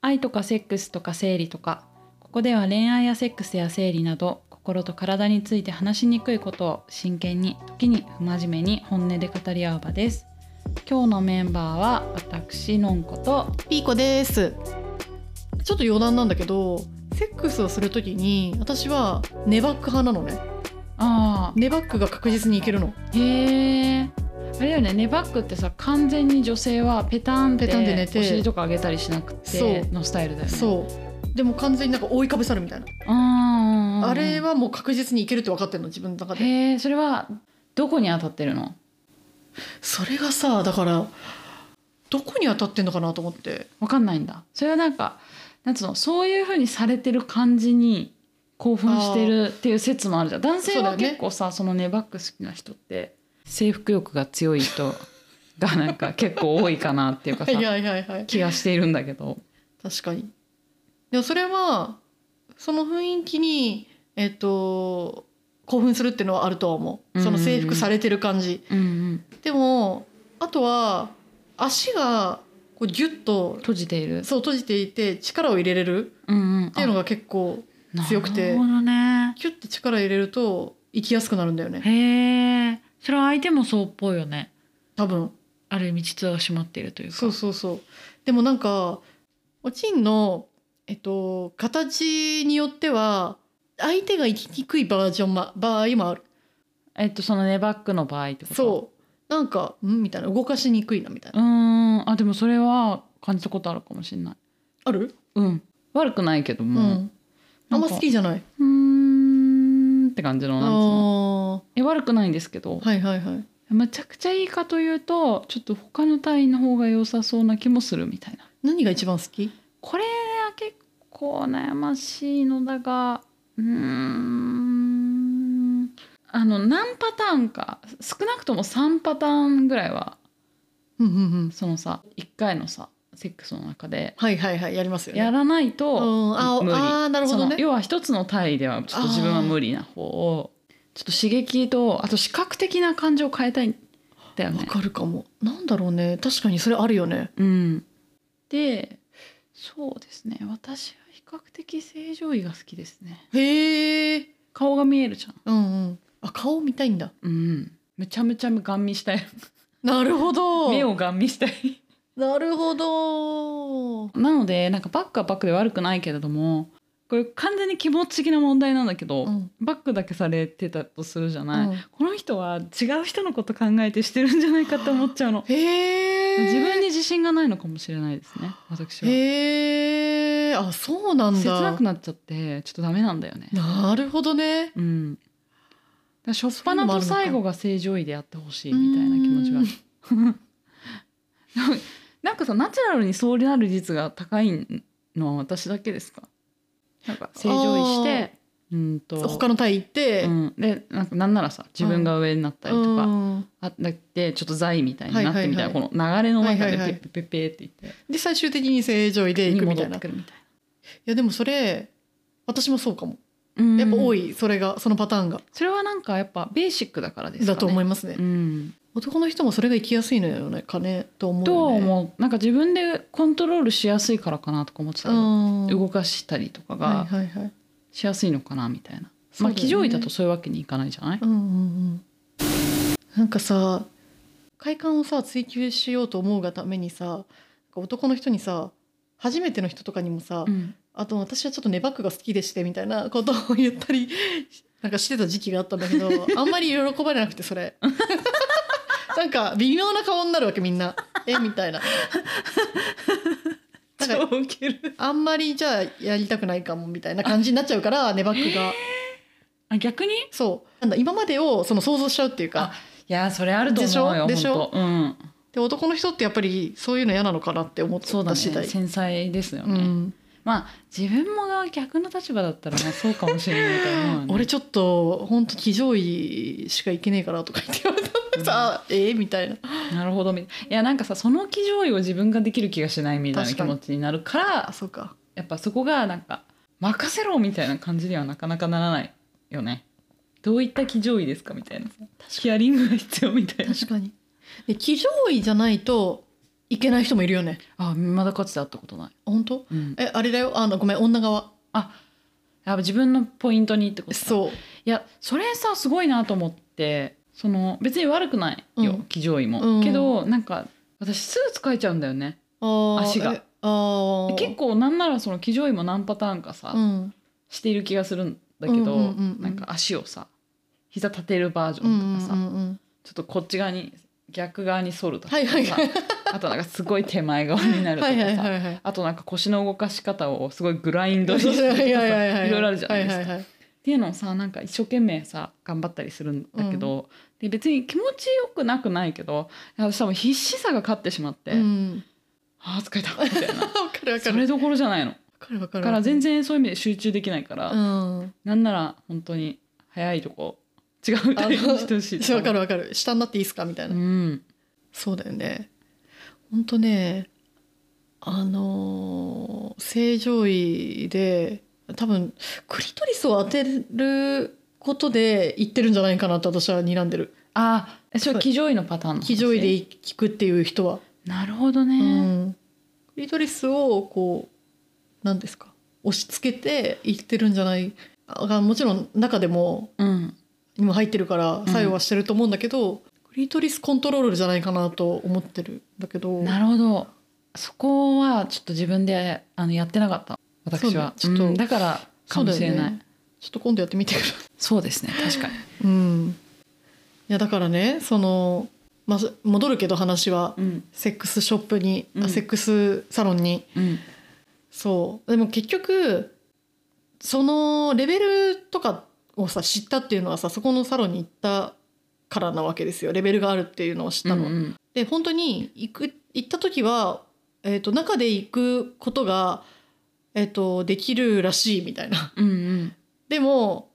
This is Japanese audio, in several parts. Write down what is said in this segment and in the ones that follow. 愛とかセックスとか生理とかここでは恋愛やセックスや生理など心と体について話しにくいことを真剣に時に不真面目に本音で語り合う場です今日のメンバーは私のんことピーコですちょっと余談なんだけどセックスをするときに私はネバック派なのねあネバックが確実にいけるのあへえあれよねネバックってさ完全に女性はペタンってペタンで寝てお尻とか上げたりしなくてそうのスタイルだよねうそうでも完全になんか覆いかぶさるみたいな、ああれははもう確実にいけるって分かってるの自分の中でへえそれはどこに当たってるのそれがさだからどこに当たってんのかなと思ってわかんないんだそれはなんかなんつうのそういうふうにされてる感じに興奮してるっていう説もあるじゃん男性そうだはよね結構さそ,、のネバック好きな人って征服欲が強い人 がなんか結構多いかなっていうかはさ いはいはいはい気がしているんだけど確かにでもそれはその雰囲気にえっ、と興奮するっていうのはあるとは思うその制服されてる感じ、うんうんでもあとは足がこうギュッと閉じているそう閉じていて力を入れれるうんうんっていうのが結構あ強くなてるほどねキュッて力入れると行きやすくなるんだよねへえそれは相手もそうっぽいよね多分ある意味実は閉まっているというかそうそうそうでもなんかおちんのえっと形によっては相手が行きにくいバージョンも場合もあるえっとそのネバックの場合ってことそうなんか「ん?」みたいな動かしにくいなみたいうな、ーんあでもそれは感じたことあるかもしれないあるうん悪くないけどうん、も、あんま好きじゃないうーんって感じのあなんつうのーえ悪くないんですけど、はいはいはいめちゃくちゃいいかというとちょっと他の隊員の方が良さそうな気もするみたいな何が一番好き これは結構悩ましいのだがうーんあの何パターンか少なくとも3パターンぐらいはうんうんうんそのさ1回のさセックスの中ではいはいはいやりますよねやらないうとん、あ無理あーなるほどそのね要は一つの体位ではちょっと自分は無理な方をちょっと刺激とあと視覚的な感情を変えたいんだよわね。かるかもなんだろうね確かにそれあるよねうん、でそうですね私は比較的正常位が好きですね。へえ顔が見えるじゃん。うんうんあ顔見たいんだうん、めちゃめちゃガン見したいなるほど目をガン見したいなるほど なのでなんかバックはバックで悪くないけれどもこれ完全に気持ち的な問題なんだけど、うんバックだけされてたとするじゃない、うんこの人は違う人のこと考えてしてるんじゃないかって思っちゃうのへえ自分に自信がないのかもしれないですね私はへえあそうなん切なだくなっちゃってちょっとダメなんだよねなるほどねうんだから初っ端と最後が正常位でやってほしいみたいな気持ちがうでもなんかさナチュラルにそうなる率が高いのは私だけですかなんか正常位してうんと他の隊行って、うん、でなんかなんならさ自分が上になったりとか、うんあだってちょっと財みたいになってみたいな、はいはいはこの流れの中はいではペいはいッペッペッペッっていって、で最終的に正常位で行にくみ戻たっいてなくいるみたいやでもそれ私もそうかもな、うんやっぱ多いそれがそのパターンが、それはなんかやっぱベーシックだからですかねだと思いまますね、うん、男の人もそれが行きやすいのよねかねと思うとはよね思う、なんか自分でコントロールしやすいからかなとか思ってたけど、うん動かしたりとかはいがはいはいしやすいのかなみたいな、そうだよまねあ騎乗位だとそういうわけにいかないじゃない、うんうんうんなんかさ快感をさ追求しようと思うがためにさ男の人にさ初めての人とかにもさ、うんあと私はちょっとネバックが好きでしてみたいな ことを言ったりなんかしてた時期があったんだけど あんまり喜ばれなくてそれなんか微妙な顔になるわけみんなえみた いななんか超ウケるあんまりじゃあやりたくないかもみたいな感じになっちゃうからネバックがあ逆にいそうなんだ今までをその想像しちゃうっていうかやそれあると思うよでしほんょとうん、で男の人ってやっぱりそういうの嫌なのかなって思っそうだたね次第繊細ですようね、ん、まあ自分もが逆の立場だったらまあそうかもしれないと思う、ね、俺ちょっと本当騎乗位しか行けねえからとか言って言われたんでさ、えみたいななるほどみたいないやなんかさその騎乗位を自分ができる気がしないみたいな確気かに持ちになるからあそうかやっぱそこがなんか任せろみたいな感じにはなかなかならないよねどういった騎乗位ですかみたいなヒアリングが必要みたいな確かにで騎乗位じゃないといけない人もいるよねあまだかつて会ったことない、本当うん、えあれだよあのごめん女側やっぱ自分のポイントにってことだそういやそれさすごいなと思ってその別に悪くないよ、うん騎乗位も、うんけどなんか私すぐ疲れちゃうんだよねあー足がえあー結構なんならその騎乗位も何パターンかさ、うんしている気がするんだけど、うんうんうんうんなんか足をさ膝立てるバージョうんンとかさ、うんうんうんちょっとこっち側に逆側に反るとかさ、はいはいはいあとなんかすごい手前側になるとはかいさ、はいはいはいあとなんか腰の動かし方をすごいグラインドにしてとかさいやいややいろいろあるじゃないですか。はははっていうのをさなんか一生懸命さ頑張ったりするんだけど、で別に気持ちよくなくないけど私多分必死さが勝ってしまって、うん、あー疲れたみたいな わかるわかそるれどころじゃないのわかるわかだるから全然そういう意味で集中できないから、うんなんなら本当に早いとこ違うタイプにしてほしいそうわかるわかる下になっていいですかみたいうな、んそうだよねほんとねあのー正常位で多分クリトリスを当てることで言ってるんじゃないかなと私は睨んでるあーえそれそう騎乗位のパターンの話非常位で聞くっていう人は、なるほどうね、ん、クリトリスをこう何ですか押し付けて言ってるんじゃないあもちろん中でもうんにも入ってるからん作用はしてると思うんだけど、クリトリスコントロールじゃないかなと思ってるんだけどなるほどそこはちょっと自分であのやってなかった私はそうねちょっとんだからかそうもだよしれねないちょっと今度やってみてくるそうですね確かに、うんいやだからねその、まあ、そ戻るけど話は、うんセックスショップに、あうんセックスサロンにうん、そうでも結局そのレベルとかをさ知ったっていうのはさそこのサロンに行ったからなわけですよレベルがあるっていうのを知ったのは、うんで本当に行く行った時は、えー、と中で行くことが、えー、とできるらしいみたいな うんうんでも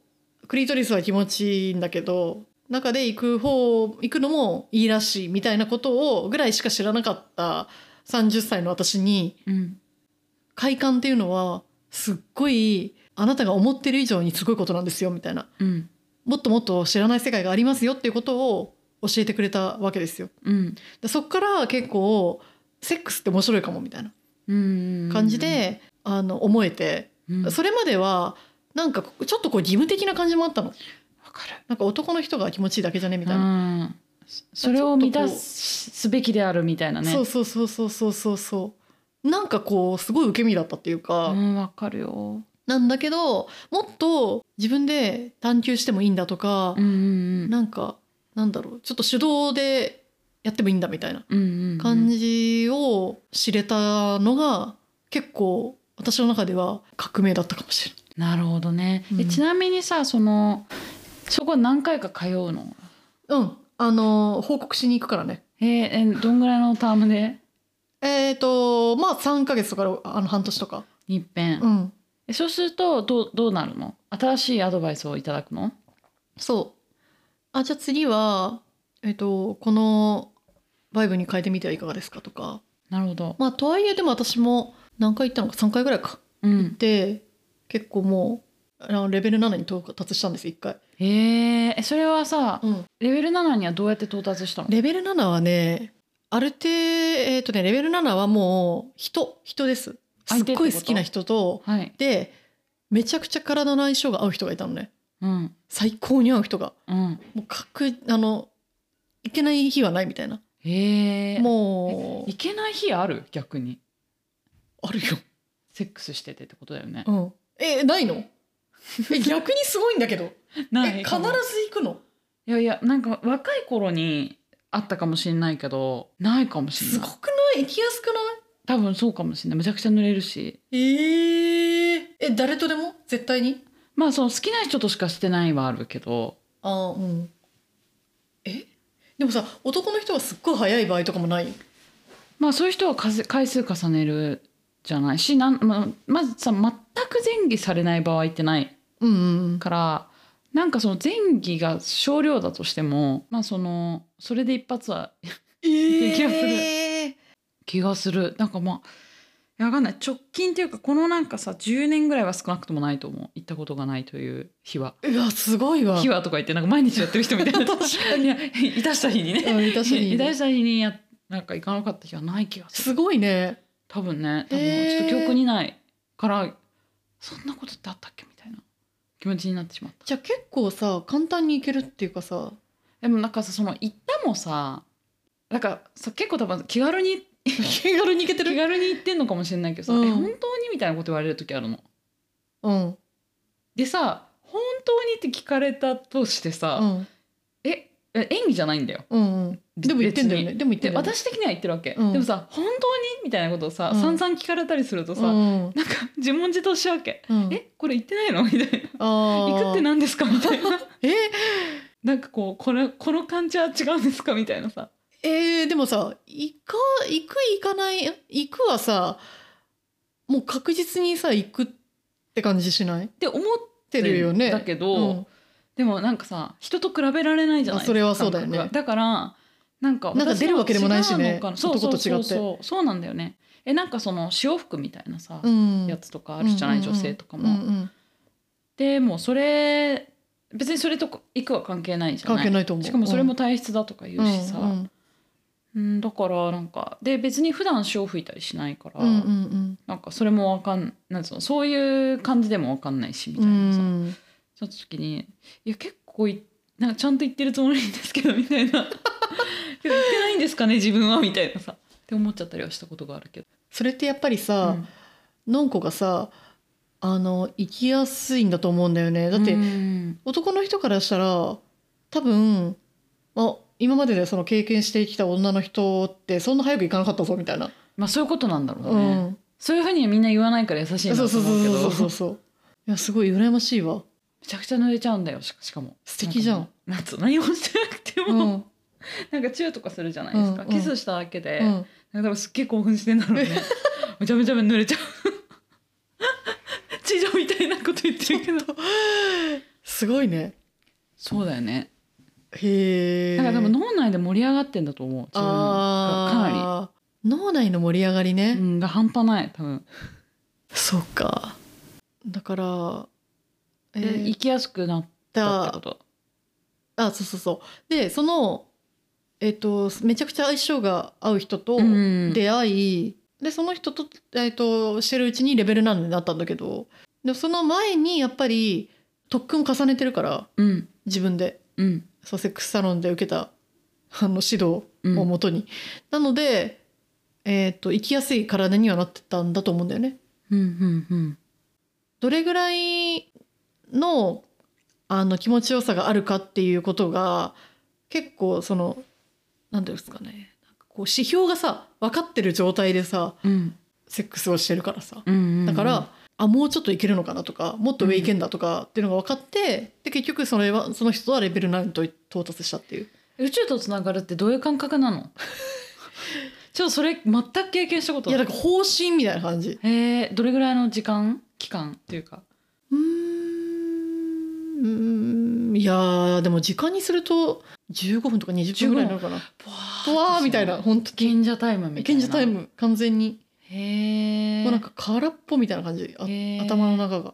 クリトリスは気持ちいいんだけど中で行く方行くのもいいらしいみたいなことをぐらいしか知らなかった30歳の私にうん快感っていうのはすっごいあなたが思ってる以上にすごいことなんですよみたいなうんもっともっと知らない世界がありますよっていうことを教えてくれたわけですよ。うんでそっから結構セックスって面白いかもみたいなうん感じ、で、あの思えて、うん、わそれまではなんかちょっとこう義務的な感じもあったのかるなんか男の人が気持ちいいだけじゃねみたいな、うん、そそれを満たすすべきであるみたいなねそうそうそうそうそうそうそうなんかこうすごい受け身だったっていうか、うん、わかるよ、なんだけどもっと自分で探求してもいいんだとかう、んうんうんなんかなんだろうちょっと手動でやってもいいんだみたいなうんうんうん、感じを知れたのが結構私の中では革命だったかもしれない。なるほどね、うえんちなみにさそのそこは何回か通うのうん、あの報告しに行くからね。えーえーどんぐらいのタームでえっ、とまあ3ヶ月とかあの半年とか。いっぺん、うん、えそうするとどうどうなるの新しいアドバイスをいただくのそう。あじゃあ次はえっ、とこのバイブに変えてみてはいかがですかとか。なるほど、まあとはいえでも私も何回行ったのか3回ぐらいか。うん、で結構もうあのレベル7に到達したんです1回。えーえそれはさうん、レベル7にはどうやって到達したのレベル7はねある程度えっ、とねレベル7はもう人人です。す相手っってことごい好きな人とはい、でめちゃくちゃ体の相性が合う人がいたのね。うん最高に合う人がうん、もう確あのいけない日はないみたいなえー、もういけない日ある逆にあるよ、セックスしててってことだよねう。ん、えないのえ逆にすごいんだけど なえい必ず行くのいやいやなんか若い頃にあったかもしれないけどないかもしすれごないくない行きやすくない多分そうかもしれないめちゃくちゃ濡れるしえー、え誰とでも絶対にまあその好きな人としかしてないはあるけどあーうんえでもさ男の人がすっごい早い場合とかもないよまあそういう人は数回数重ねるじゃないしなんまあまずさ全く前戯されない場合ってないうんうんからなんかその前戯が少量だとしてもまあそのそれで一発はえー、気がする気がするなんかまあいやわかんない直近っていうかこのなんかさ10年ぐらいは少なくともないと思う行ったことがないという日はうわすごいわ日はとか言ってなんか毎日やってる人みたいな確かにいやいたした日にねうんいたしいたした日にやなんか行かなかった日はない気がするすごいね多分ね多分へちょーっと記憶にないからそんなことってあったっけみたいな気持ちになってしまったじゃあ結構さ簡単に行けるっていうかさでもなんかさその行ったもさなんかさ結構多分気軽に気軽に行けて気る軽に行ってんのかもしれないけどさ、うんえ本当にみたいなこと言われる時あるの。うんでさ本当にって聞かれたとしてうさ、んええ演技じゃないんだよ。うんうんでも言ってんだよ別ねにでも言ってでんだよね私的には言ってるわけ、うんでもさ本当にみたいなことをさ、うん散々聞かれたりするとさ、うんなんか自問自答しちゃうわけ、うんえこれ言ってないのみたいあなー行くって何ですかみたいな えなんかこうこれこの感じは違うんですかみたいなさえーでもさ行か行く行かない行くはさもう確実にさ行くって感じしないって思っってるよねだけど、うんでもなんかさ人と比べられないじゃないあそれはそうだよね感覚がだからなんかなんか出るわけでもないしね私は違うのかそうそうそう男と違ってそうそうなんだよねえなんかその潮服みたいなさ、うんやつとかあるじゃない、うんうんうん女性とかも、うんうんでもうそれ別にそれとこ行くは関係ないじゃない関係ないと思うしかもそれも体質だとか言うしさ、うんうんうんだからなんかで別に普段潮吹いたりしないから、うんうんなんかそれもわかんなんつうのそういう感じでもわかんないしみたういんなさ、その時に「いや結構いなんかちゃんと言ってるつもりですけど」み たいな「けど言ってないんですかね自分は」みたいなさって思っちゃったりはしたことがあるけど。それってやっぱりうさんのんこがさあの行きやすいんだと思うんだよねだってうん男の人からしたら多分あ今まででその経験してきた女の人ってそんな早く行かなかったぞみたいな、まあそういうことなんだろううね、んそういうふうにはみんな言わないから優しいなそうとそう思うけそうそうそどうそういやすごい羨ましいわめちゃくちゃ濡れちゃうんだよしかしかも素敵じゃんなんかもうなんつうの何もしてなくてうも、ん、うんなんかチューとかするじゃないですか、うんうんキスしただけで、なんか多分すっげえ興奮してんだろう ねめちゃめちゃ濡れちゃう地上みたいなこと言ってるけどすごいねそうだよねへえだから多分脳内で盛り上がってんだと思う自分がかなあー脳内の盛り上がりね、り、うん、が半端ない多分、そうかだからえでー生きやすくなったってことあそうそうそうでそのえっ、とめちゃくちゃ相性が合う人とうん出会い、でその人と,、えっとしてるうちにレベルなんになったんだけどでその前にやっぱり特訓重ねてるからうん自分でうんそうセックスサロンで受けたあの指導うんをもとに、なので、えっと生きやすい体にはなってたんだと思うんだよね。うんうんうんどれぐらいのあの気持ちよさがあるかっていうことが結構その何ていうんですかねなんかこう指標がさ分かってる状態でさうんセックスをしてるからさうんうんだから、あもうちょっといけるのかなとかもっと上いけんだとかっていうのが分かって、で結局それはその人はレベル9と到達したっていう宇宙とつながるってどういう感覚な のちょっとそれ全く経験したこといなやいなんか方針みたいな感じへえどれぐらいの時間期間っていうかうーんうーんいやーでも時間にすると15分とか20分ぐらいになるかなとわーみたいな本当に賢者タイムみたい賢な者タイム完全にへえもうなんか空っぽみたいな感じあへー頭の中がやっ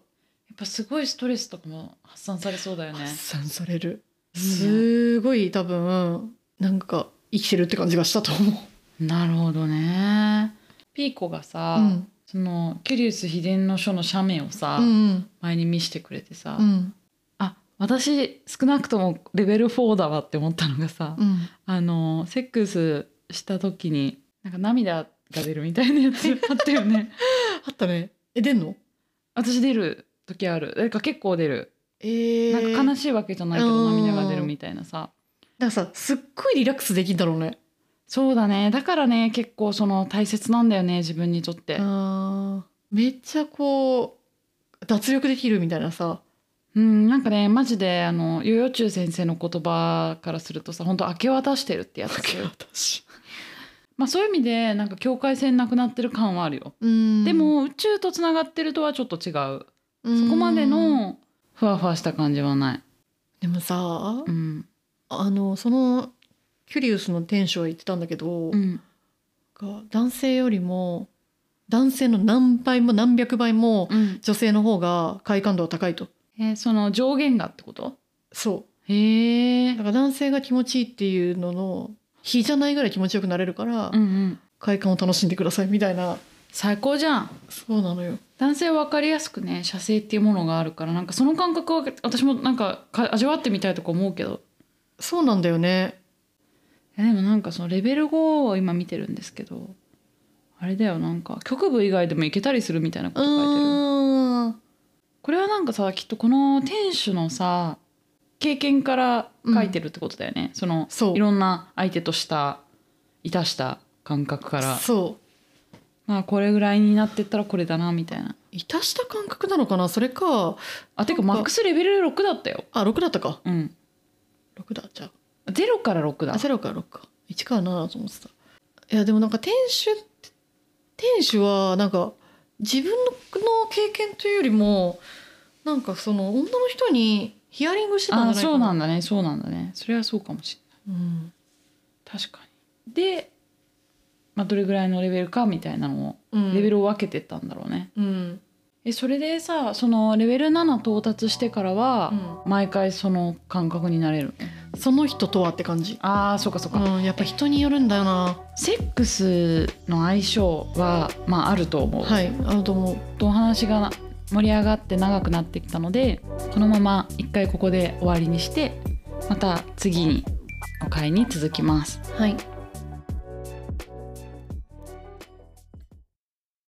ぱすごいストレスとかも発散されそうだよね発散されるいいねすごい多分なんか生きてるって感じがしたと思うなるほどねピーコがさ、うんそのキュリウス秘伝の書の写メをさ、うん前に見せてくれてさ、うんあ私少なくともレベル4だわって思ったのがさ、うんあのセックスした時になんか涙が出るみたいなやつ あったよねあったねえ出んの私出る時あるなんか結構出る、えー、なんか悲いしいわけじゃないけどうん涙が出るみたいなさだからさすっごいリラックスできんだろうねそうだねだからね結構その大切なんだよね自分にとって、あーめっちゃこう脱力できるみたいなさうん、なんかねマジであのヨヨチュウ先生の言葉からするとさ本当明け渡してるってやつ私まあそういう意味でなんか境界線なくなってる感はあるよ、うんでも宇宙とつながってるとはちょっと違う、うんそこまでのふわふわした感じはない、でもさうんあのそのキュリウスの店主は言ってたんだけど、うん、が男性よりも男性の何倍も何百倍もうん女性の方が快感度は高いとえーその上限がってことそへうえだから男性が気持ちいいっていうのの日じゃないぐらい気持ちよくなれるから、うんうん快感を楽しんでくださいみたいな最高じゃんそうなのよ男性は分かりやすくね射精っていうものがあるからなんかその感覚は私もなんかか味わってみたいとか思うけどそうなんだよねいやでもなんかそのレベル5を今見てるんですけどあれだよなんか局部以外でもいけたりするみたいなことう書いてるーんこれはなんかさきっとこの店主のさ経験から書いてるってことだよね、そのそういろんな相手としたいたした感覚からそうまあこれぐらいになってったらこれだなみたいないたした感覚なのかなそれかあてかなんマかックスレベル6だったよあ6だったかうん6だじゃあ0から6だあ0から6か1から7だと思ってたいやでもなんか店主店主はなんか自分の経験というよりもなんかその女の人にヒアリングしてたんあじゃないかなそうなんだねそうなんだねそれはそうかもしうんれない確かにで、まあ、どれぐらいのレベルかみたいなのうんをレベルを分けてったんだろうね、うんえそれでさそのレベル7到達してからはう、ん毎回その感覚になれるその人とはって感じあーそうかそううか、んやっぱ人によるんだよなセックスの相性はまああると思う、はいあのと思うとお話がな盛り上がって長くなってきたのでこのまま一回ここで終わりにしてまた次にお会に続きますはい